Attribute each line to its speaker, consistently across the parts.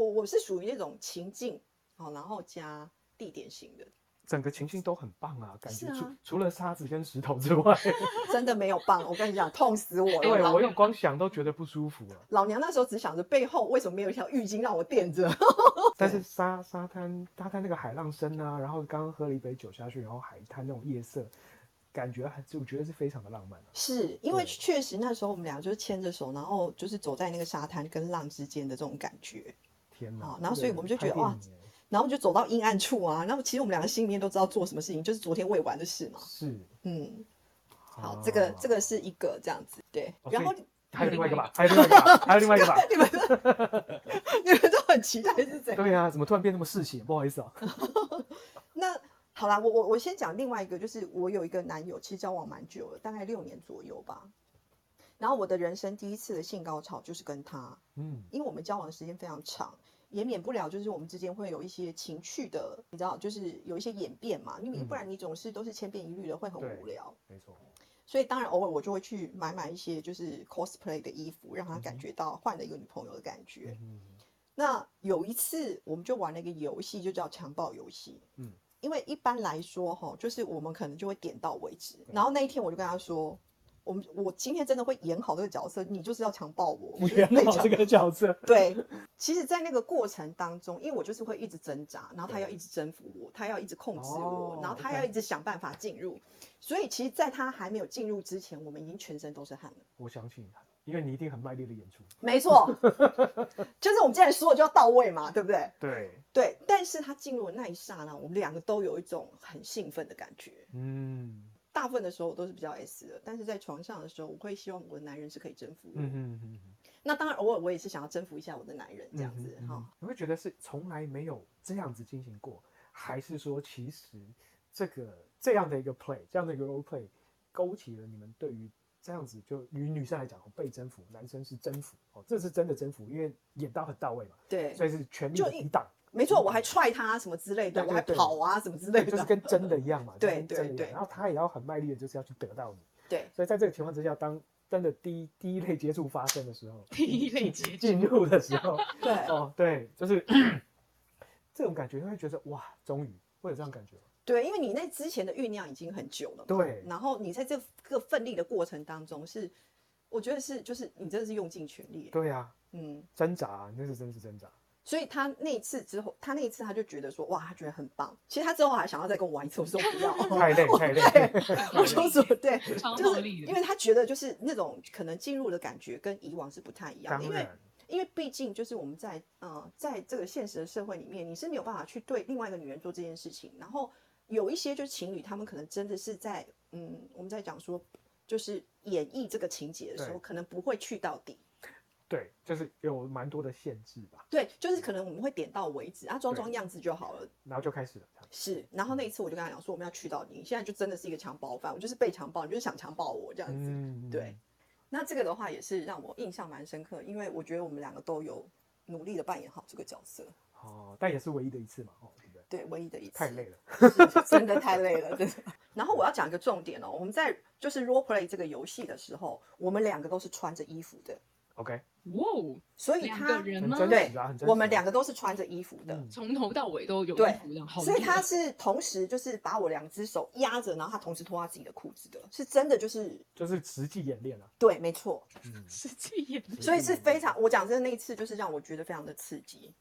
Speaker 1: 我是属于那种情境，好，然后加地点型的，
Speaker 2: 整个情境都很棒啊，感觉
Speaker 1: 是
Speaker 2: 除、
Speaker 1: 啊
Speaker 2: 除了沙子跟石头 之外，
Speaker 1: 真的没有棒，我跟你讲，痛死我
Speaker 2: 对
Speaker 1: 了。
Speaker 2: 我有光想都觉得不舒服啊。
Speaker 1: 老娘那时候只想着背后为什么没有一条浴巾让我垫着， 哦
Speaker 2: 但是沙沙滩沙滩那个海浪声啊，然后刚刚喝了一杯酒下去，然后海滩那种夜色，感觉还是我觉得是非常的浪漫啊。
Speaker 1: 是因为
Speaker 2: 对
Speaker 1: 确实那时候我们俩就是牵着手，然后就是走在那个沙滩跟浪之间的这种感觉，
Speaker 2: 天哪！
Speaker 1: 哦然后所以我们就觉得
Speaker 2: 拍电
Speaker 1: 哇
Speaker 2: 影耶
Speaker 1: 然后就走到阴暗处啊，那么其实我们两个心里面都知道做什么事情，就是昨天未完的事嘛。
Speaker 2: 是啊
Speaker 1: 嗯，好，这个这个是一个这样子，对。
Speaker 2: 哦
Speaker 1: 然后
Speaker 2: 所 还有另外一个吧，还有另外一个吧，还有另外一个吧。
Speaker 1: 你们 你们都很期待是怎样？
Speaker 2: 对呀、怎么突然变那么嗜血？不好意思啊。
Speaker 1: 那好啦，我我我先讲另外一个，就是我有一个男友，其实交往蛮久了，大概六年左右吧。然后我的人生第一次的性高潮就是跟他，
Speaker 2: 嗯，
Speaker 1: 因为我们交往的时间非常长，也免不了就是我们之间会有一些情趣的，你知道，就是有一些演变嘛，因为
Speaker 2: 嗯
Speaker 1: 不然你总是都是千篇一律的，会很
Speaker 2: 对
Speaker 1: 无聊。
Speaker 2: 没错。
Speaker 1: 所以当然偶尔我就会去买买一些就是 cosplay 的衣服，让他
Speaker 2: 嗯
Speaker 1: 感
Speaker 2: 哼
Speaker 1: 觉到换了一个女朋友的感觉。
Speaker 2: 嗯，
Speaker 1: 那有一次，我们就玩了一个游戏，就叫强暴游戏。
Speaker 2: 嗯，
Speaker 1: 因为一般来说，哈，就是我们可能就会点到为
Speaker 2: 嗯
Speaker 1: 止。然后那一天，我就跟他说，我们我今天真的会演好这个角色，你就是要强暴我，我 就是被
Speaker 2: 演好
Speaker 1: 强
Speaker 2: 这个角色。
Speaker 1: 对，其实，在那个过程当中，因为我就是会一直挣扎，然后他要一直征服我，他要一直控制我，
Speaker 2: 哦
Speaker 1: 然后他要
Speaker 2: OK
Speaker 1: 一直想办法进入。所以，其实，在他还没有进入之前，我们已经全身都是汗了。
Speaker 2: 我相信，因为你一定很卖力的演出。
Speaker 1: 没错， 就是我们既然说了就要到位嘛，对不对？
Speaker 2: 对，
Speaker 1: 对，但是他进入的那一刹那，我们两个都有一种很兴奋的感觉。
Speaker 2: 嗯
Speaker 1: 大部分的时候我都是比较 S 的，但是在床上的时候，我会希望我的男人是可以征服我。
Speaker 2: 嗯嗯嗯，
Speaker 1: 那当然，偶尔我也是想要征服一下我的男人，这样子哈、
Speaker 2: 嗯你会觉得是从来没有这样子进行过，还是说其实这个这样的一个 play，这样的一个 role play，勾起了你们对于这样子就与女生来讲被征服，男生是征服哦，这是真的征服，因为演到很到位嘛，
Speaker 1: 对，
Speaker 2: 所以是全力
Speaker 1: 就
Speaker 2: 的
Speaker 1: 一
Speaker 2: 抵挡。
Speaker 1: 没错，我还踹他什么之类的，
Speaker 2: 对对
Speaker 1: 我还
Speaker 2: 对
Speaker 1: 跑啊什么之类的，
Speaker 2: 就是跟真的一样 嘛，
Speaker 1: 对
Speaker 2: 就是跟真的一
Speaker 1: 对对
Speaker 2: 样然后他也要很卖力的，就是要去得到你。
Speaker 1: 对
Speaker 2: 所以在这个情况之下，当真的第一第一类接触发生的时候，
Speaker 3: 第一类结局
Speaker 2: 进入的时候，
Speaker 1: 对。
Speaker 2: 哦，对，就是 这种感觉，你会觉得哇，终于会有这样感觉吗？
Speaker 1: 对，因为你那之前的酝酿已经很久了嘛，
Speaker 2: 对啊
Speaker 1: 然后你在这个奋力的过程当中是，我觉得是就是你真的是用尽全力，
Speaker 2: 对啊，
Speaker 1: 嗯，
Speaker 2: 挣扎啊，那是真是挣扎。
Speaker 1: 所以他那一次之后，他那一次他就觉得说，哇，他觉得很棒。其实他之后还想要再跟我玩一次，我说不要，
Speaker 2: 哦太累太累，
Speaker 1: 我就说对，
Speaker 3: 超
Speaker 1: 就
Speaker 3: 暴
Speaker 1: 是
Speaker 3: 力
Speaker 1: 因
Speaker 3: 的，
Speaker 1: 为他觉得就是那种可能进入的感觉跟以往是不太一样
Speaker 2: 当
Speaker 1: 的，因为
Speaker 2: 然，
Speaker 1: 因为毕竟就是我们在呃在这个现实的社会里面，你是没有办法去对另外一个女人做这件事情。然后有一些就是情侣，他们可能真的是在嗯我们在讲说就是演绎这个情节的时候，
Speaker 2: 对
Speaker 1: 可能不会去到底。
Speaker 2: 对，就是有蛮多的限制吧，
Speaker 1: 对，就是可能我们会点到为止，啊，装装
Speaker 2: 对
Speaker 1: 样子就好了。
Speaker 2: 然后就开始了。
Speaker 1: 是，然后那一次我就跟他讲说，我们要去到你，你现在就真的是一个强暴犯，我就是被强暴，你就是想强暴我这样子。
Speaker 2: 嗯，
Speaker 1: 对，那这个的话也是让我印象蛮深刻，因为我觉得我们两个都有努力的扮演好这个角色，
Speaker 2: 哦，但也是唯一的一次嘛，哦，对不对？
Speaker 1: 对，唯一的一次。
Speaker 2: 太累了，
Speaker 1: 了，真的太累了，真的。然后我要讲一个重点哦，我们在就是 role play 这个游戏的时候，我们两个都是穿着衣服的，
Speaker 2: ，OK，
Speaker 3: 哇哦，
Speaker 1: 所以
Speaker 3: 两个
Speaker 1: 他
Speaker 3: 人
Speaker 2: 很
Speaker 3: 吗？
Speaker 2: 真
Speaker 1: 对
Speaker 2: 实啊，很真实啊。
Speaker 1: 我们两个都是穿着衣服的。
Speaker 2: 嗯
Speaker 3: 从头到尾都有
Speaker 1: 对
Speaker 3: 衣服这样，好哦
Speaker 1: 所以
Speaker 3: 厉
Speaker 1: 他
Speaker 3: 害
Speaker 1: 是同时就是把我两只手压着，然后他同时脱他自己的裤子的，是真的就是
Speaker 2: 就是实际演练啊，
Speaker 1: 对，没错，
Speaker 2: 嗯，
Speaker 3: 实际演
Speaker 2: 实际
Speaker 1: 所以是
Speaker 2: 演
Speaker 1: 非
Speaker 2: 练
Speaker 1: 常，我讲真的那一次就是让我觉得非常的刺激。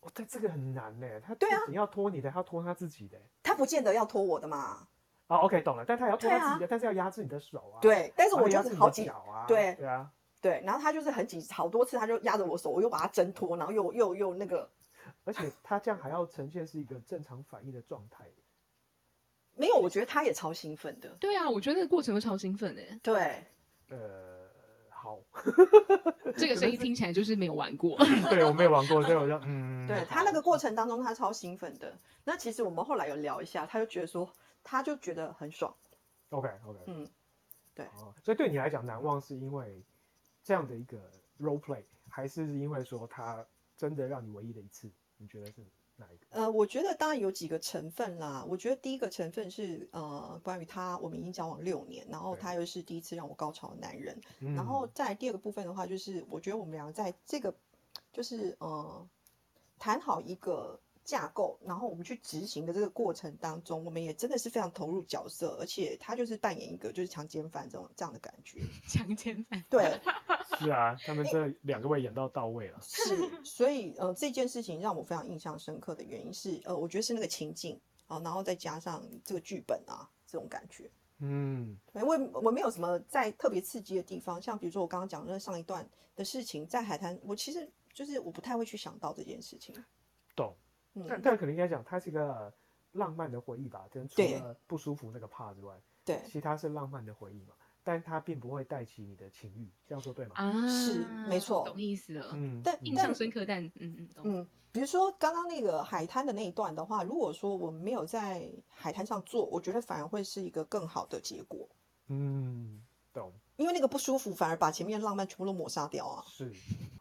Speaker 2: 哦，但这个很难呢。他
Speaker 1: 对啊，
Speaker 2: 你要拖你的，他要拖他自己的。
Speaker 1: 他不见得要脱我的嘛，
Speaker 2: 哦，OK，懂了。但他也要拖
Speaker 1: 对
Speaker 2: 他自
Speaker 1: 啊
Speaker 2: 己的，但是要压制你的手啊。，
Speaker 1: 对，但是我
Speaker 2: 压
Speaker 1: 就
Speaker 2: 制
Speaker 1: 是
Speaker 2: 你
Speaker 1: 好
Speaker 2: 的
Speaker 1: 几
Speaker 2: 脚啊。
Speaker 1: 对
Speaker 2: 对啊。
Speaker 1: 对，然后他就是很几好多次，他就压着我手，我又把他挣脱，然后又又又那个
Speaker 2: 而且他这样还要呈现是一个正常反应的状态。
Speaker 1: 没有，我觉得他也超兴奋的，
Speaker 3: 对啊，我觉得这个过程都超兴奋 哎，
Speaker 1: 对，
Speaker 2: 呃， 好，
Speaker 3: 这个声音听起来就是没有玩过，
Speaker 2: 对我没有玩过，所以我就嗯，
Speaker 1: 对他那个过程当中他超兴奋的。那其实我们后来有聊一下，他就觉得说，他就觉得很爽，
Speaker 2: OK OK，
Speaker 1: 嗯，对
Speaker 2: 哦，所以对你来讲难忘是因为这样的一个 role play，还是因为说他真的让你唯一的一次？你觉得是哪一个？
Speaker 1: 呃，我觉得当然有几个成分啦。我觉得第一个成分是呃，关于他，我们已经交往六年，然后
Speaker 2: 对
Speaker 1: 他又是第一次让我高潮的男人。
Speaker 2: 嗯
Speaker 1: 然后再来第二个部分的话，就是我觉得我们两个在这个就是呃谈好一个架构，然后我们去执行的这个过程当中，我们也真的是非常投入角色，而且他就是扮演一个就是强奸犯这种这样的感觉。
Speaker 3: 强奸犯，
Speaker 1: 对，
Speaker 2: 是啊，他们这两个位演到到位了，
Speaker 1: 是，所以呃，这件事情让我非常印象深刻的原因是，呃，我觉得是那个情境啊、然后再加上这个剧本啊，这种感觉。
Speaker 2: 嗯，
Speaker 1: 对我也我没有什么在特别刺激的地方，像比如说我刚刚讲的那上一段的事情，在海滩，我其实就是我不太会去想到这件事情。
Speaker 2: 懂。但
Speaker 1: 嗯，
Speaker 2: 但可能应该讲，它是一个浪漫的回忆吧，跟除
Speaker 1: 对
Speaker 2: 了不舒服那个怕之外，
Speaker 1: 对，
Speaker 2: 其他是浪漫的回忆嘛，但它并不会带起你的情欲，这样说对吗？
Speaker 3: 啊，
Speaker 1: 是没错
Speaker 3: 懂意思了。
Speaker 2: 嗯，
Speaker 1: 但
Speaker 3: 印象深刻，但嗯嗯，懂。
Speaker 1: 嗯，比如说刚刚那个海滩的那一段的话，如果说我们没有在海滩上做，我觉得反而会是一个更好的结果，
Speaker 2: 嗯，懂。
Speaker 1: 因为那个不舒服反而把前面的浪漫全部都抹杀掉啊。
Speaker 2: 是，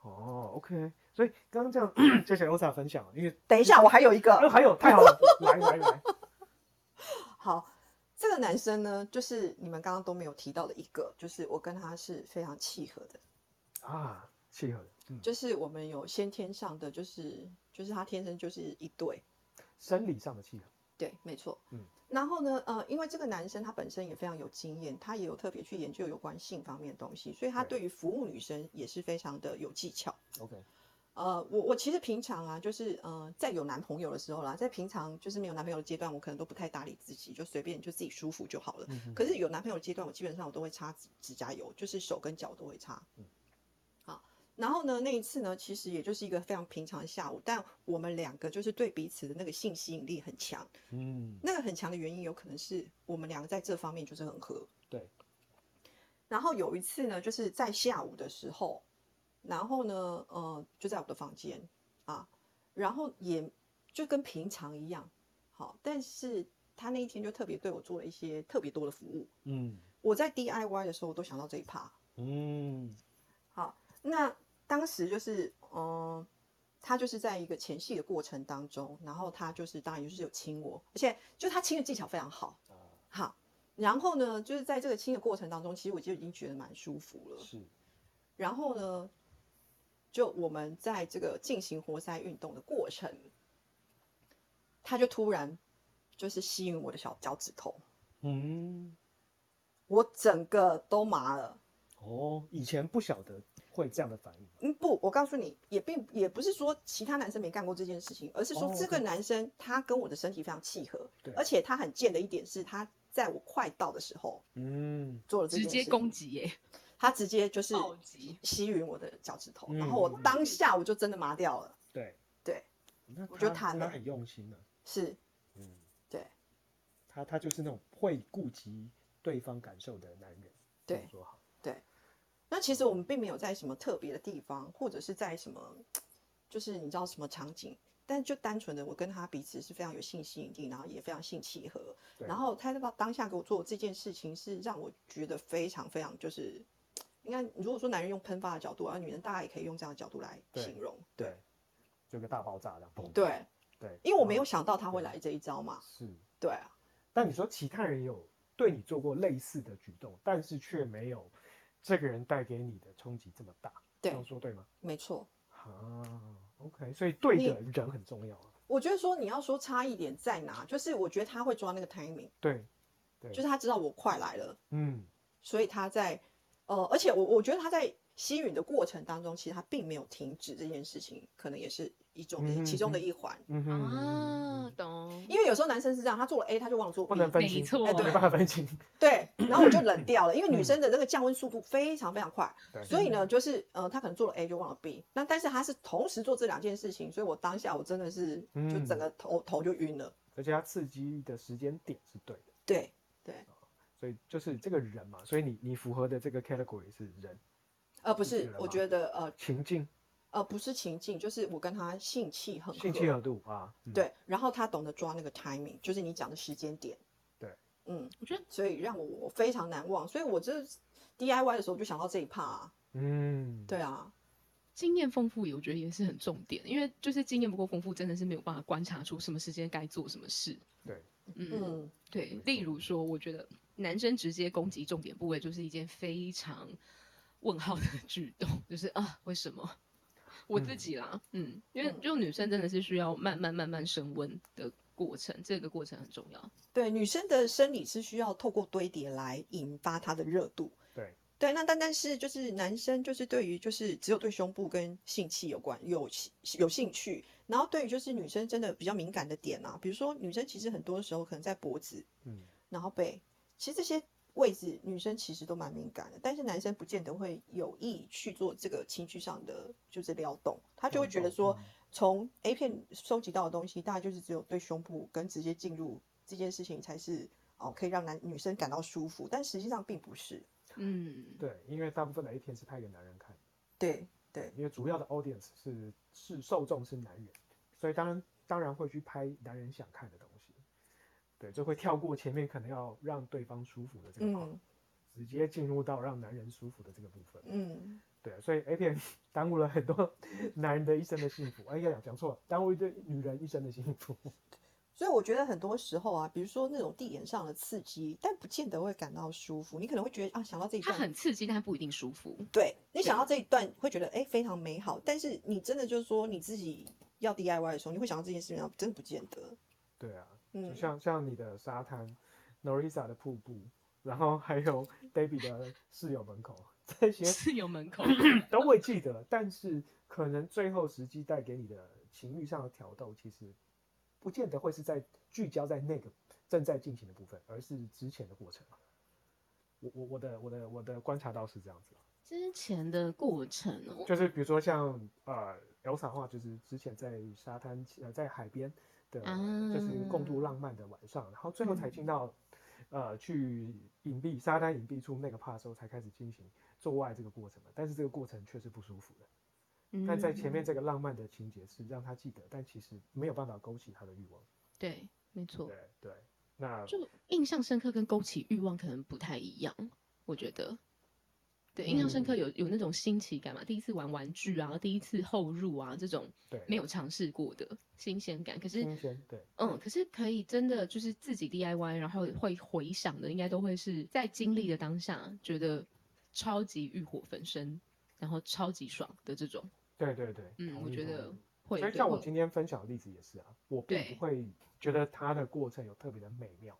Speaker 2: 哦，OK，所以刚刚这样谢谢 Osa 分享，因为
Speaker 1: 等一下，我还有一个，
Speaker 2: 呃还有太好了，来来来，
Speaker 1: 好，这个男生呢，就是你们刚刚都没有提到的一个，就是我跟他是非常契合的，
Speaker 2: 啊，契合的，嗯，
Speaker 1: 就是我们有先天上的，就是就是他天生就是一对，
Speaker 2: 生理上的契合，
Speaker 1: 对，没错，
Speaker 2: 嗯。
Speaker 1: 然后呢，呃，因为这个男生他本身也非常有经验，他也有特别去研究有关性方面的东西，所以他
Speaker 2: 对
Speaker 1: 对于服务女生也是非常的有技巧。
Speaker 2: OK，
Speaker 1: 呃，我我其实平常啊，就是呃，在有男朋友的时候啦，在平常就是没有男朋友的阶段，我可能都不太搭理自己，就随便就自己舒服就好了。
Speaker 2: 嗯哼
Speaker 1: 可是有男朋友的阶段，我基本上我都会擦指指甲油，就是手跟脚都会擦。
Speaker 2: 嗯
Speaker 1: 嗯，好，然后呢，那一次呢，其实也就是一个非常平常的下午，但我们两个就是对彼此的那个性吸引力很强。
Speaker 2: 嗯，
Speaker 1: 那个很强的原因，有可能是我们两个在这方面就是很合。
Speaker 2: 对，
Speaker 1: 然后有一次呢，就是在下午的时候，然后呢，呃，就在我的房间啊，然后也就跟平常一样，好，但是他那一天就特别对我做了一些特别多的服务。
Speaker 2: 嗯
Speaker 1: 我在 DIY 的时候，我都想到这一趴。
Speaker 2: 嗯，
Speaker 1: 好，那当时就是，嗯、他就是在一个前戏的过程当中，然后他就是当然就是有亲我，而且就他亲的技巧非常好，
Speaker 2: 啊，
Speaker 1: 好，然后呢，就是在这个亲的过程当中，其实我就已经觉得蛮舒服了。
Speaker 2: 是，
Speaker 1: 然后呢，就我们在这个进行活塞运动的过程，他就突然就是吸引我的小脚趾头，
Speaker 2: 嗯，
Speaker 1: 我整个都麻了。
Speaker 2: 哦，以前不晓得会这样的反应，
Speaker 1: 嗯，不，我告诉你，也并也不是说其他男生没干过这件事情，而是
Speaker 2: 哦
Speaker 1: 说这个
Speaker 2: ，OK
Speaker 1: 男生他跟我的身体非常契合
Speaker 2: 对，
Speaker 1: 而且他很贱的一点是，他在我快到的时候
Speaker 2: 嗯，
Speaker 1: 做了这
Speaker 3: 直
Speaker 1: 件
Speaker 3: 接
Speaker 1: 事，
Speaker 3: 攻击耶，
Speaker 1: 他直接就是
Speaker 3: 暴击。
Speaker 1: 吸吮我的脚趾头，然
Speaker 2: 嗯
Speaker 1: 后我
Speaker 2: 嗯嗯
Speaker 1: 当下我就真的麻掉了。
Speaker 2: 对，
Speaker 1: 对，
Speaker 2: 那
Speaker 1: 我就
Speaker 2: 他
Speaker 1: 谈
Speaker 2: 他
Speaker 1: 了
Speaker 2: 很用心呢，
Speaker 1: 是，
Speaker 2: 嗯，
Speaker 1: 对
Speaker 2: 他他就是那种会顾及对方感受的男人，这
Speaker 1: 对
Speaker 2: 么。说好，
Speaker 1: 那其实我们并没有在什么特别的地方，或者是在什么，就是你知道什么场景，但就单纯的我跟他彼此是非常有性吸引力，然后也非常性契合。
Speaker 2: 对
Speaker 1: 然后他到当下给我做这件事情，是让我觉得非常非常就是，应该如果说男人用喷发的角度，啊而女人大家也可以用这样的角度来
Speaker 2: 对
Speaker 1: 形容。
Speaker 2: 对，就个大爆炸这样，砰，
Speaker 1: 对，
Speaker 2: 嗯对，
Speaker 1: 因为我
Speaker 2: 然
Speaker 1: 没有
Speaker 2: 后
Speaker 1: 想到他会来这一招嘛。
Speaker 2: 是。
Speaker 1: 对啊，
Speaker 2: 但你说其他人有对你做过类似的举动，但是却
Speaker 1: 嗯
Speaker 2: 没有这个人带给你的冲击这么大，这
Speaker 1: 对
Speaker 2: 样说对吗？
Speaker 1: 没错。
Speaker 2: 啊，OK，所以对
Speaker 1: 你
Speaker 2: 的人很重要啊。
Speaker 1: 我觉得说你要说差一点在哪，就是我觉得他会抓那个 timing，
Speaker 2: 对，对，
Speaker 1: 就是他知道我快来了。
Speaker 2: 嗯，
Speaker 1: 所以他在呃，而且我我觉得他在吸吮的过程当中，其实他并没有停止这件事情，可能也是一种
Speaker 2: 嗯哼
Speaker 1: 其中的一环。
Speaker 2: 嗯哼，嗯哼
Speaker 3: 啊
Speaker 2: 嗯，
Speaker 3: 懂。
Speaker 1: 因为有时候男生是这样，他做了 A 他就忘了做
Speaker 2: 不能
Speaker 1: B，
Speaker 2: 分
Speaker 3: 没
Speaker 2: 清，
Speaker 3: 错
Speaker 2: 哎对没办法分清，
Speaker 1: 对，然后我就冷掉了，因为女
Speaker 2: 嗯
Speaker 1: 生的那个降温速度非常非常快，
Speaker 2: 对，
Speaker 1: 所以呢，就是呃，他可能做了 A 就忘了 B，那但是他是同时做这两件事情，所以我当下我真的是就整
Speaker 2: 嗯
Speaker 1: 个头、头就晕了，
Speaker 2: 而且他刺激的时间点是对的，
Speaker 1: 对，
Speaker 2: 所以就是这个人嘛，所以你你符合的这个 category 是人
Speaker 1: 呃，不
Speaker 2: 是
Speaker 1: 是
Speaker 2: 人，
Speaker 1: 我
Speaker 2: 吗
Speaker 1: 觉得呃
Speaker 2: 情境、
Speaker 1: 呃不是情境，就是我跟他性气很
Speaker 2: 性契合度啊，嗯，
Speaker 1: 对，然后他懂得抓那个 timing，就是你讲的时间点。
Speaker 2: 对，
Speaker 1: 嗯，
Speaker 3: 我觉得
Speaker 1: 所以让我非常难忘。所以我这 DIY 的时候就想到这一趴、啊。
Speaker 2: 嗯，
Speaker 1: 对啊，
Speaker 3: 经验丰富，我觉得也是很重点，因为就是经验不够丰富，真的是没有办法观察出什么时间该做什么事。
Speaker 2: 对，
Speaker 3: 嗯，
Speaker 1: 嗯，
Speaker 3: 对。例如说，我觉得男生直接攻击重点 部位就是一件非常问号的举动，就是啊，为什么？我
Speaker 2: 嗯
Speaker 3: 自己啦，嗯，因为
Speaker 1: 嗯
Speaker 3: 就女生真的是需要慢慢慢慢升温的过程，这个过程很重要。
Speaker 1: 对，女生的生理是需要透过堆叠来引发它的热度。
Speaker 2: 对
Speaker 1: 对，那但但是就是男生就是对于就是只有对胸部跟性器有关有兴有兴趣，然后对于就是女生真的比较敏感的点啊，比如说女生其实很多时候可能在脖子，
Speaker 2: 嗯，
Speaker 1: 然后背，其实这些位置女生其实都蛮敏感的，但是男生不见得会有意去做这个情绪上的就是撩动，他就会觉得说
Speaker 2: 嗯
Speaker 1: 从 A 片收集到的东西，大概就是只有对胸部跟直接进入这件事情才是哦可以让男女生感到舒服，但实际上并不是。
Speaker 3: 嗯，
Speaker 2: 对，因为大部分的 A 片是拍给男人看的，
Speaker 1: 对对
Speaker 2: 因为主要的 audience 是是受众是男人，所以当然当然会去拍男人想看的东西，对，就会跳过前面可能要让对方舒服的这个 part，、
Speaker 1: 嗯
Speaker 2: 直接进入到让男人舒服的这个部分。
Speaker 1: 嗯，
Speaker 2: 对，所以 A 片 耽误了很多 男人的一生的幸福。哎呀，讲错了，耽误一对女人一生的幸福。
Speaker 1: 所以我觉得很多时候啊，比如说那种地点上的刺激，但不见得会感到舒服，你可能会觉得啊，想到这一
Speaker 3: 它
Speaker 1: 段
Speaker 3: 很刺激，但不一定舒服。
Speaker 1: 对你
Speaker 3: 对
Speaker 1: 想到这一段会觉得哎、诶非常美好，但是你真的就是说你自己要 DIY 的时候，你会想到这件事情，然后真的不见得。
Speaker 2: 对啊，就
Speaker 1: 嗯，
Speaker 2: 像像你的沙滩，Norisa 的瀑布，然后还有 David 的室友门口，这些
Speaker 3: 室友门 口，
Speaker 2: 都会记得，但是可能最后实际带给你的情欲上的挑逗，其实不见得会是在聚焦在那个正在进行的部分，而是之前的过程。我我我的我的我的观察到是这样子，
Speaker 3: 之前的过程哦，
Speaker 2: 就是比如说像呃有赏话，就是之前在沙滩呃在海边的，就是共度
Speaker 3: 啊
Speaker 2: 浪漫的晚上，然后最后
Speaker 3: 嗯
Speaker 2: 才进到、呃去隐蔽沙滩隐蔽处那个帕的时候，才开始进行做爱这个过程的，但是这个过程却是不舒服的。但在前面
Speaker 3: 嗯
Speaker 2: 这个浪漫的情节是让他记得，但其实没有办法勾起他的欲望。
Speaker 3: 对，没错
Speaker 2: 对，对，那
Speaker 3: 就印象深刻跟勾起欲望可能不太一样，我觉得。对，印象深刻
Speaker 2: 嗯
Speaker 3: 有有那种新奇感嘛，第一次玩玩具啊，第一次后入啊，这种
Speaker 2: 对
Speaker 3: 没有尝试过的新鲜感。可是
Speaker 2: 新鲜，对
Speaker 3: 嗯，可是可以真的就是自己 DIY，然后会回想的，应该都会是在经历的当下，觉得超级欲火焚身，然后超级爽的这种。
Speaker 2: 对对对，
Speaker 3: 嗯，
Speaker 2: 同
Speaker 3: 我
Speaker 2: 意
Speaker 3: 觉
Speaker 2: 同
Speaker 3: 得
Speaker 2: 意
Speaker 3: 会。
Speaker 2: 所以
Speaker 3: 对
Speaker 2: 像我
Speaker 3: 会
Speaker 2: 今天分享的例子也是啊，我并
Speaker 3: 对嗯
Speaker 2: 不会觉得他的过程有特别的美妙，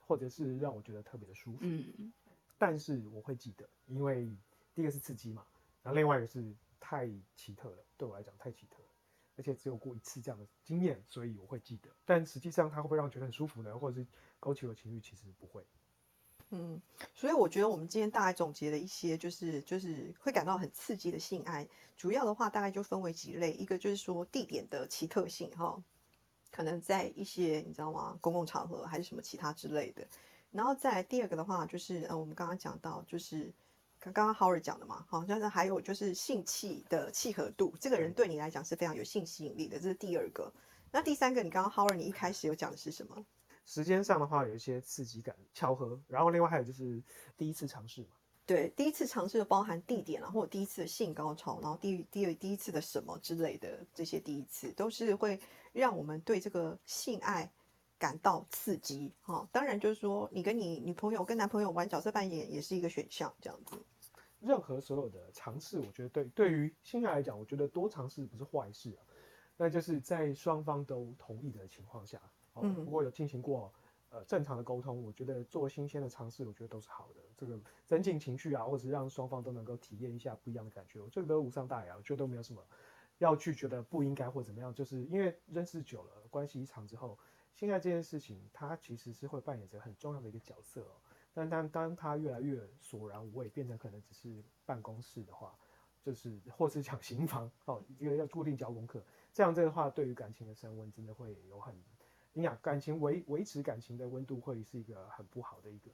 Speaker 2: 或者是让我觉得特别的舒服，
Speaker 3: 嗯，
Speaker 2: 但是我会记得，因为第一个是刺激嘛，然后另外一个是太奇特了，对我来讲太奇特了。而且只有过一次这样的经验，所以我会记得。但实际上，它会不会让我觉得很舒服呢？或者是勾起我情欲？其实不会。
Speaker 1: 嗯，所以我觉得我们今天大概总结了一些，就是就是会感到很刺激的性爱，主要的话大概就分为几类，一个就是说地点的奇特性哈，可能在一些你知道吗公共场合还是什么其他之类的，然后再来第二个的话就是呃我们刚刚讲到就是。刚刚 Howard 讲的嘛，好，但是还有就是性气的契合度，这个人对你来讲是非常有性吸引力的，这是第二个。那第三个，你刚刚 Howard 你一开始有讲的是什么？
Speaker 2: 时间上的话，有一些刺激感、巧合，然后另外还有就是第一次尝试嘛，
Speaker 1: 对，第一次尝试的包含地点啊，或者第一次的性高潮，然后第一第二第一次的什么之类的，这些第一次都是会让我们对这个性爱感到刺激哈、哦当然就是说，你跟你女朋友、跟男朋友玩角色扮演也是一个选项，这样子。
Speaker 2: 任何所有的尝试，我觉得对对于性爱来讲，我觉得多尝试不是坏事啊。那就是在双方都同意的情况下，哦，
Speaker 1: 嗯
Speaker 2: 如果有进行过呃正常的沟通，我觉得做新鲜的尝试，我觉得都是好的。这个增进情绪啊，或者是让双方都能够体验一下不一样的感觉，我觉得都无伤大雅，我觉得都没有什么要去觉得不应该或怎么样，就是因为认识久了，关系一长之后，性爱这件事情，它其实是会扮演着很重要的一个角色、哦。但当当它越来越索然无味，变成可能只是办公室的话，就是或是讲行房哦，一个要固定交功课，这样子的话，对于感情的升温真的会有很，你想感情维维持感情的温度会是一个很不好的一个。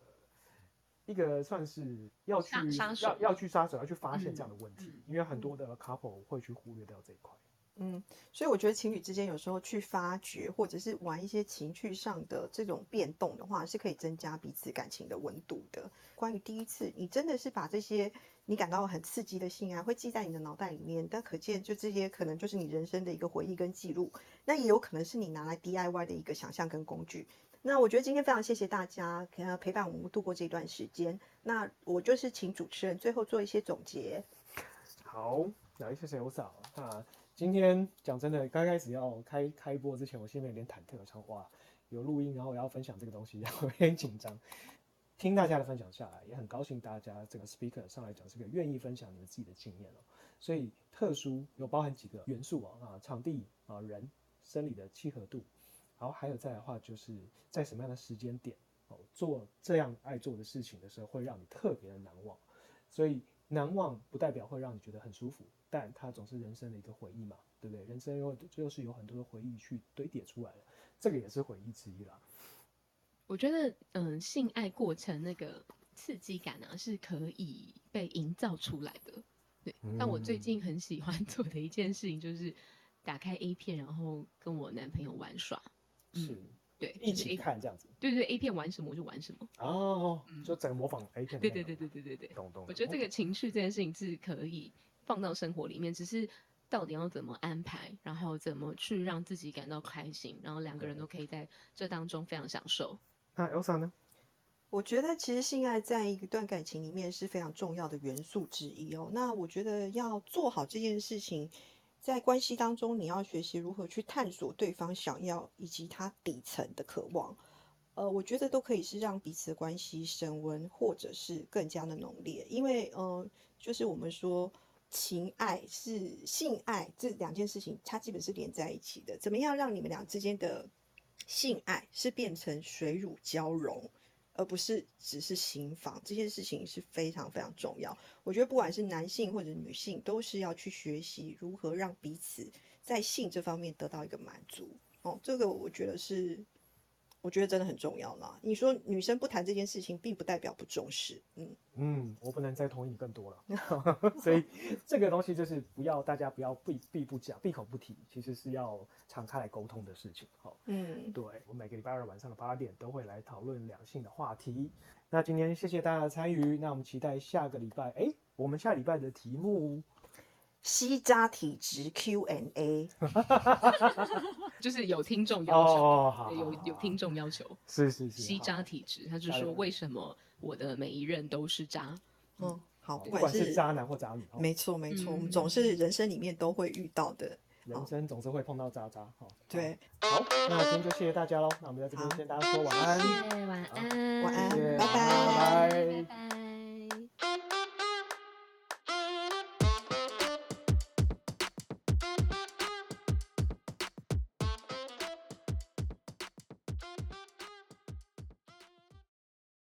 Speaker 2: 一个算是要去
Speaker 3: 杀杀手
Speaker 2: 要要去杀手，要去发现这样的问题，
Speaker 3: 嗯
Speaker 2: 因为很多的 couple 会去忽略掉这一块。
Speaker 1: 嗯，所以我觉得情侣之间有时候去发掘或者是玩一些情趣上的这种变动的话，是可以增加彼此感情的温度的。关于第一次，你真的是把这些你感到很刺激的性爱会记在你的脑袋里面，但可见就这些可能就是你人生的一个回忆跟记录，那也有可能是你拿来 DIY 的一个想象跟工具。那我觉得今天非常谢谢大家呃陪伴我们度过这段时间。那我就是请主持人最后做一些总结。
Speaker 2: 好，哪一些谁有找？那今天讲真的，刚开始要开开播之前，我心里有点忐忑，我想哇，有录音，然后我要分享这个东西，然后有点紧张。听大家的分享下来，也很高兴大家这个 speaker 上来讲是个愿意分享你们自己的经验哦。所以特殊有包含几个元素哦，啊，场地啊，人生理的契合度，然后还有再来的话，就是在什么样的时间点哦，做这样爱做的事情的时候，会让你特别的难忘。所以难忘不代表会让你觉得很舒服，但它总是人生的一个回忆嘛，对不对？人生又就是有很多的回忆去堆叠出来的，这个也是回忆之一啦。
Speaker 3: 我觉得，嗯，性爱过程那个刺激感啊，是可以被营造出来的。对，但我最
Speaker 2: 嗯
Speaker 3: 近很喜欢 做的一件事情就是打开 A 片，然后跟我男朋友玩耍。嗯
Speaker 2: 是，
Speaker 3: 对，
Speaker 2: 一
Speaker 3: 就是
Speaker 2: 起
Speaker 3: A
Speaker 2: 看这样子
Speaker 3: 对对 A 片玩什么我就玩什么。
Speaker 2: 哦
Speaker 3: 嗯，
Speaker 2: 就整个模仿 A 片。
Speaker 3: 对对对，对对对对。
Speaker 2: 懂懂。
Speaker 3: 我觉得这个情绪这件事情是可以放到生活里面，只是到底要怎么安排，然后怎么去让自己感到开心，然后两个人都可以在这当中非常享受。
Speaker 2: 那 Elsa 呢？
Speaker 3: 嗯
Speaker 1: 我觉得其实性爱在一段感情里面是非常重要的元素之一哦。那我觉得要做好这件事情，在关系当中，你要学习如何去探索对方想要以及他底层的渴望。呃，我觉得都可以是让彼此的关系升温，或者是更加的浓烈。因为呃，就是我们说情爱是性爱这两件事情，它基本是连在一起的。怎么样让你们俩之间的性爱是变成水乳交融？而不是只是行房这件事情是非常非常重要。我觉得不管是男性或者女性，都是要去学习如何让彼此在性这方面得到一个满足。哦，这个我觉得是，我觉得真的很重要啦。你说女生不谈这件事情，并不代表不重视。嗯，
Speaker 2: 嗯，我不能再同意你更多 了，所以这个东西就是不要大家不要避避不讲，闭口不提，其实是要敞开来沟通的事情。好、
Speaker 1: 嗯，
Speaker 2: 对我每个礼拜二晚上的八点都会来讨论两性的话题。那今天谢谢大家的参与，那我们期待下个礼拜，哎，我们下礼拜的题目
Speaker 1: 西渣体质 Q&A，
Speaker 3: 就是有听众要求，
Speaker 2: 哦，好，
Speaker 3: 对有有听众要求
Speaker 2: 是是是，
Speaker 3: 吸渣
Speaker 2: 好，
Speaker 3: 体质，他就
Speaker 2: 加
Speaker 3: 说
Speaker 2: 油
Speaker 3: 为什么我的每一任都是渣？
Speaker 1: 嗯，好，
Speaker 2: 好
Speaker 1: 不
Speaker 2: 不
Speaker 1: 管
Speaker 2: 管
Speaker 1: 是
Speaker 2: 是渣男或渣女，哦
Speaker 1: 没错没错，我们
Speaker 3: 嗯
Speaker 1: 总是人生里面都会遇到的。
Speaker 2: 人生总是会碰到渣渣，哈、哦，
Speaker 1: 对，
Speaker 2: 好，那今天就谢谢大家喽，那我们在这边
Speaker 1: 好
Speaker 2: 跟大家说晚安，
Speaker 3: 谢谢，晚安，
Speaker 1: 晚安
Speaker 2: 谢谢
Speaker 1: 拜拜
Speaker 2: 拜拜
Speaker 3: 拜拜。